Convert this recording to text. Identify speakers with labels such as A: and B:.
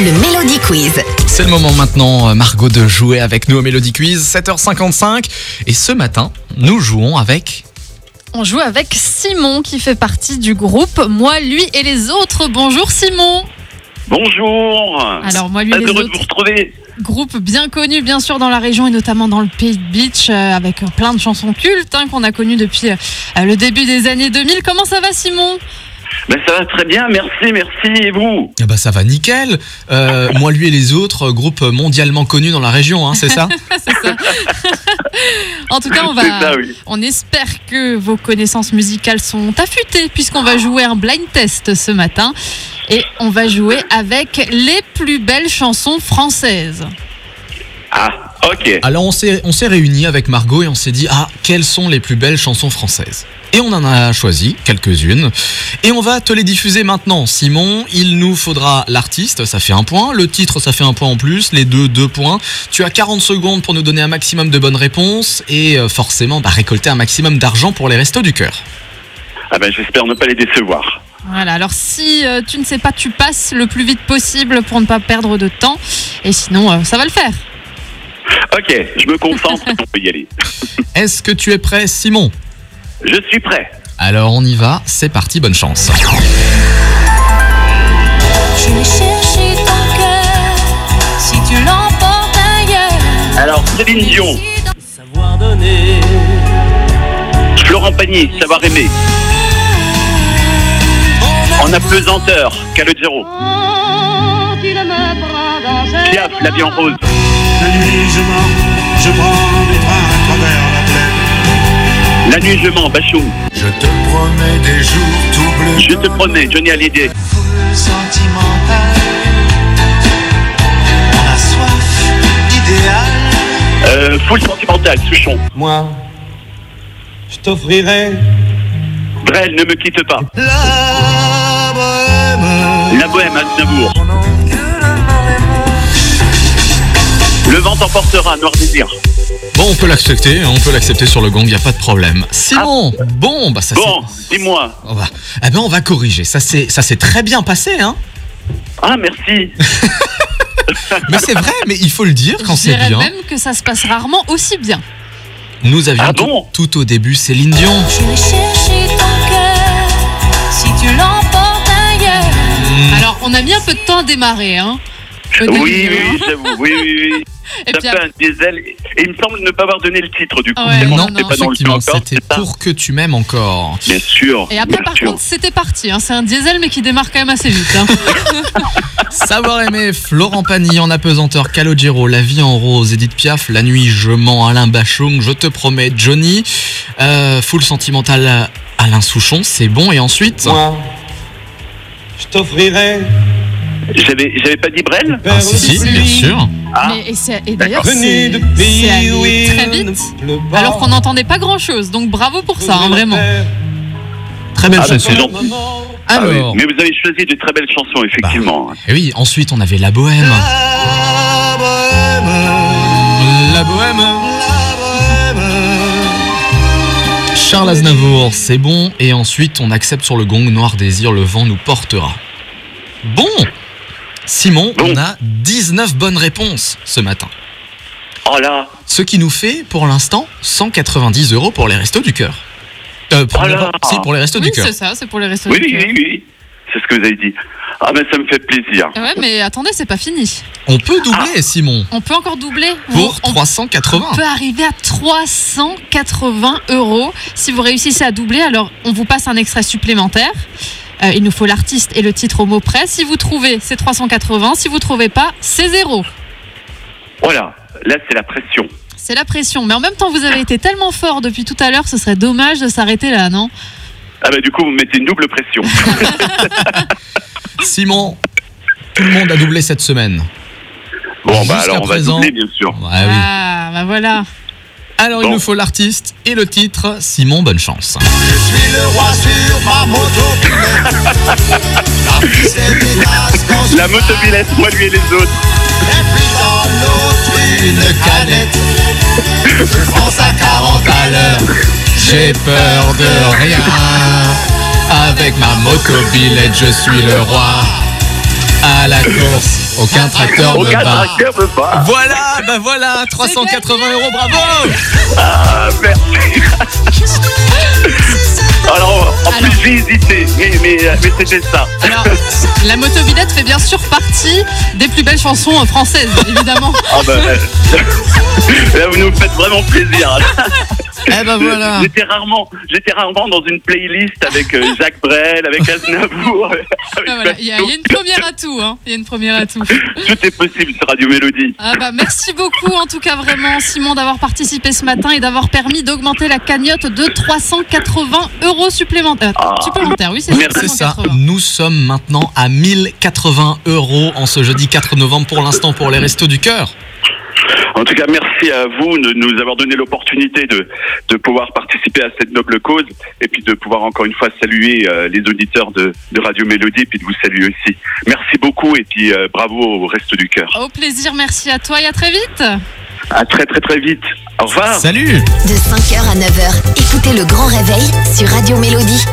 A: le Mélodie Quiz.
B: C'est le moment maintenant, euh, Margot, de jouer avec nous au Mélodie Quiz, 7h55. Et ce matin, nous jouons avec.
C: On joue avec Simon qui fait partie du groupe Moi, lui et les autres. Bonjour Simon.
D: Bonjour
C: Alors moi, lui et
D: Très
C: les
D: heureux de vous
C: autres,
D: retrouver.
C: groupe bien connu bien sûr dans la région et notamment dans le pays de Beach euh, avec euh, plein de chansons cultes hein, qu'on a connues depuis euh, le début des années 2000. Comment ça va Simon
D: Ben, ça va très bien, merci, merci. Et vous
B: Ah bah ça va nickel Euh, Moi, lui et les autres, euh, groupe mondialement connu dans la région, hein, c'est ça
C: C'est ça. en tout cas, on
D: C'est ça,
C: va...
D: oui.
C: On espère que vos connaissances musicales sont affûtées puisqu'on va jouer un blind test ce matin et on va jouer avec les plus belles chansons françaises.
D: Ah, ok.
B: Alors on s'est on s'est réunis avec Margot et on s'est dit ah quelles sont les plus belles chansons françaises et on en a choisi quelques-unes et on va te les diffuser maintenant Simon il nous faudra l'artiste ça fait un point le titre ça fait un point en plus les deux deux points tu as 40 secondes pour nous donner un maximum de bonnes réponses et euh, forcément bah, récolter un maximum d'argent pour les restos du cœur
D: Ah ben, j'espère ne pas les décevoir.
C: Voilà, alors si euh, tu ne sais pas, tu passes le plus vite possible pour ne pas perdre de temps et sinon euh, ça va le faire.
D: Ok, je me concentre, on peut y aller.
B: est-ce que tu es prêt Simon
D: Je suis prêt.
B: alors on y va c'est parti bonne chance
E: Je vais chercher ton cœur si tu l'emportes ailleurs.
D: Alors, Céline Dion, Florent Pagny, Savoir aimer. En apesanteur, Calogero. Piaf, La vie en rose.
F: La nuit je mens, je prends des trains à travers la plaine.
D: La nuit, je mens, Bachoum.
F: Je te promets des jours tout bleus.
D: Je te promets, Johnny Hallyday.
F: Foule sentimentale. On a soif d'idéal.
D: Euh, full sentimental, Souchon.
F: Moi, je t'offrirai
D: Brel, ne me quitte pas.
F: la bohème.
D: La bohème, Aznavour. Le vent t'emportera, Noir Désir.
B: bon on peut l'accepter hein. on peut l'accepter sur le gong il y a pas de problème Simon bon bah ça c'est-
D: Bon, dis-moi.
B: On va... Ah ben on va corriger, ça s'est ça s'est très bien passé hein
D: Ah, merci.
B: Mais c'est vrai, mais il faut le dire quand
C: Je
B: c'est
C: dirais
B: bien.
C: même que ça se passe rarement aussi bien.
B: Nous avions
D: Ah
B: tout-
D: bon
B: tout, au début Céline Dion.
E: Je vais chercher ton cœur si tu l'emportes ailleurs.
F: Hmm.
C: Alors on a mis un peu de temps à démarrer. Hein, au
D: Oui,
C: début,
D: oui,
C: hein.
D: oui, j'avoue. Oui, oui, oui.
C: Et
D: Ça
C: puis
D: fait un diesel. Et il me semble ne pas avoir donné le titre, du coup.
C: Ouais,
D: Tellement
C: non,
D: c'était
C: non.
D: pas dans le jeu
B: effectivement,
D: encore.
B: c'était
D: c'est ça
B: pour que tu m'aimes encore.
D: Bien sûr.
C: Et après,
D: bien
C: par
D: sûr.
C: contre, c'était parti. hein. C'est un diesel, mais qui démarre quand même assez vite. hein.
B: Savoir aimer, Florent Pagny en apesanteur, Calogero, La vie en rose, Edith Piaf, La nuit, Je mens, Alain Bachung, Je te promets, Johnny, euh, Full sentimental, Alain Souchon, c'est bon. Et ensuite,
F: Moi, je t'offrirai
D: J'avais, j'avais pas dit Brel
B: ah,
F: perles
B: si, si,
F: de
B: bien
F: pluie.
B: sûr.
D: Ah.
C: Mais- et c'est- et d'ailleurs,
F: Venez
C: c'est
F: de
C: c'est
F: pays
C: allé
F: où il
C: très
F: ne
C: vite.
F: pleut pas.
C: Alors qu'on n'entendait pas grand chose, donc bravo pour ça, hein, vraiment.
B: Très belle
D: Ah, bah,
B: chanson.
D: c'est gentil. Ah oui,
B: Alors,
D: Mais vous avez choisi de très belles chansons, effectivement.
B: et Bah oui, ensuite on avait La Bohème.
F: La bohème,
B: La Bohème.
F: la bohème.
B: Charles Aznavour, c'est bon. Et ensuite, on accepte sur le gong Noir Désir, le vent nous portera. Bon Simon,
D: Bon.
B: on a 19 bonnes réponses ce matin.
D: Oh là,
B: Ce qui nous fait, pour l'instant, 190 euros pour les restos du cœur. Euh, pour,
D: Oh
B: les-
D: là.
B: si, pour les restos
C: Oui,
B: du cœur.
C: c'est ça, c'est pour les restos
D: oui,
C: du
D: oui,
C: cœur.
D: oui, oui. C'est ce que vous avez dit. Ah, ben ça me fait plaisir.
C: Ah Ouais, mais attendez, c'est pas fini.
B: On peut doubler, Simon,
C: On peut encore doubler.
B: pour
C: Ah. on,
B: 380.
C: on peut arriver à 380 euros. Si vous réussissez à doubler, alors on vous passe un extrait supplémentaire. Euh, il nous faut l'artiste et le titre au mot près. Si vous trouvez, c'est 380. Si vous trouvez pas, c'est zéro.
D: Voilà, là, c'est la pression.
C: C'est la pression. Mais en même temps, vous avez été tellement fort depuis tout à l'heure, ce serait dommage de s'arrêter là, non
D: Ah, ben du coup, vous me mettez une double pression.
B: Simon, tout le monde a doublé cette semaine.
D: Bon, bah
B: Jusqu'à
D: alors, on va
B: présent.
D: doubler, bien sûr.
B: Ah oui.
C: Ah, bah voilà.
B: Alors, il
D: Bon.
B: nous faut l'artiste et le titre. Simon, bonne chance.
F: Je suis le roi sur ma moto. La piste est dégueulasse quand je
D: La motobillette, moi, lui et les autres.
F: fais plus dans l'autre une canette. Je pense à 40 à l'heure.
B: J'ai peur de rien. Avec ma motobillette, je suis le roi. à la course. Aucun tracteur ne
D: Aucun
B: bat.
D: tracteur ne bat.
B: Voilà, bah voilà, 380 euros, bravo
D: Ah, merci. Alors, en
C: Alors.
D: plus, j'ai hésité, mais, mais, euh, mais c'était ça.
C: Alors, la motobilette fait bien sûr partie des plus belles chansons euh, françaises, évidemment.
B: Oh,
D: Ah ben, euh, là, vous nous faites vraiment plaisir.
B: Eh ben voilà.
D: J'étais rarement, j'étais rarement dans une playlist avec euh, Jacques Brel, avec Aznavour. avec
C: Ah, voilà, Il y, a il y a une première à tout, hein. Il y a une première à tout.
D: Tout est possible sur Radio Mélodie.
C: Ah bah, merci beaucoup, en tout cas, vraiment, Simon, d'avoir participé ce matin et d'avoir permis d'augmenter la cagnotte de 380 euros supplémentaires.
D: Ah.
C: Supplémentaires, oui, c'est ça.
D: Merci,
B: C'est ça,
C: 380.
B: nous sommes maintenant à 1080 euros en ce jeudi 4 novembre pour l'instant pour les Restos du Cœur.
D: En tout cas, merci à vous de nous avoir donné l'opportunité de, de pouvoir participer à cette noble cause et puis de pouvoir encore une fois saluer euh, les auditeurs de, de Radio Mélodie et puis de vous saluer aussi. Merci beaucoup et puis euh, bravo au reste du cœur.
C: Au plaisir, merci à toi et à très vite.
D: À très très très vite. Au revoir.
B: Salut
A: De 5h à 9h, écoutez le grand réveil sur Radio Mélodie.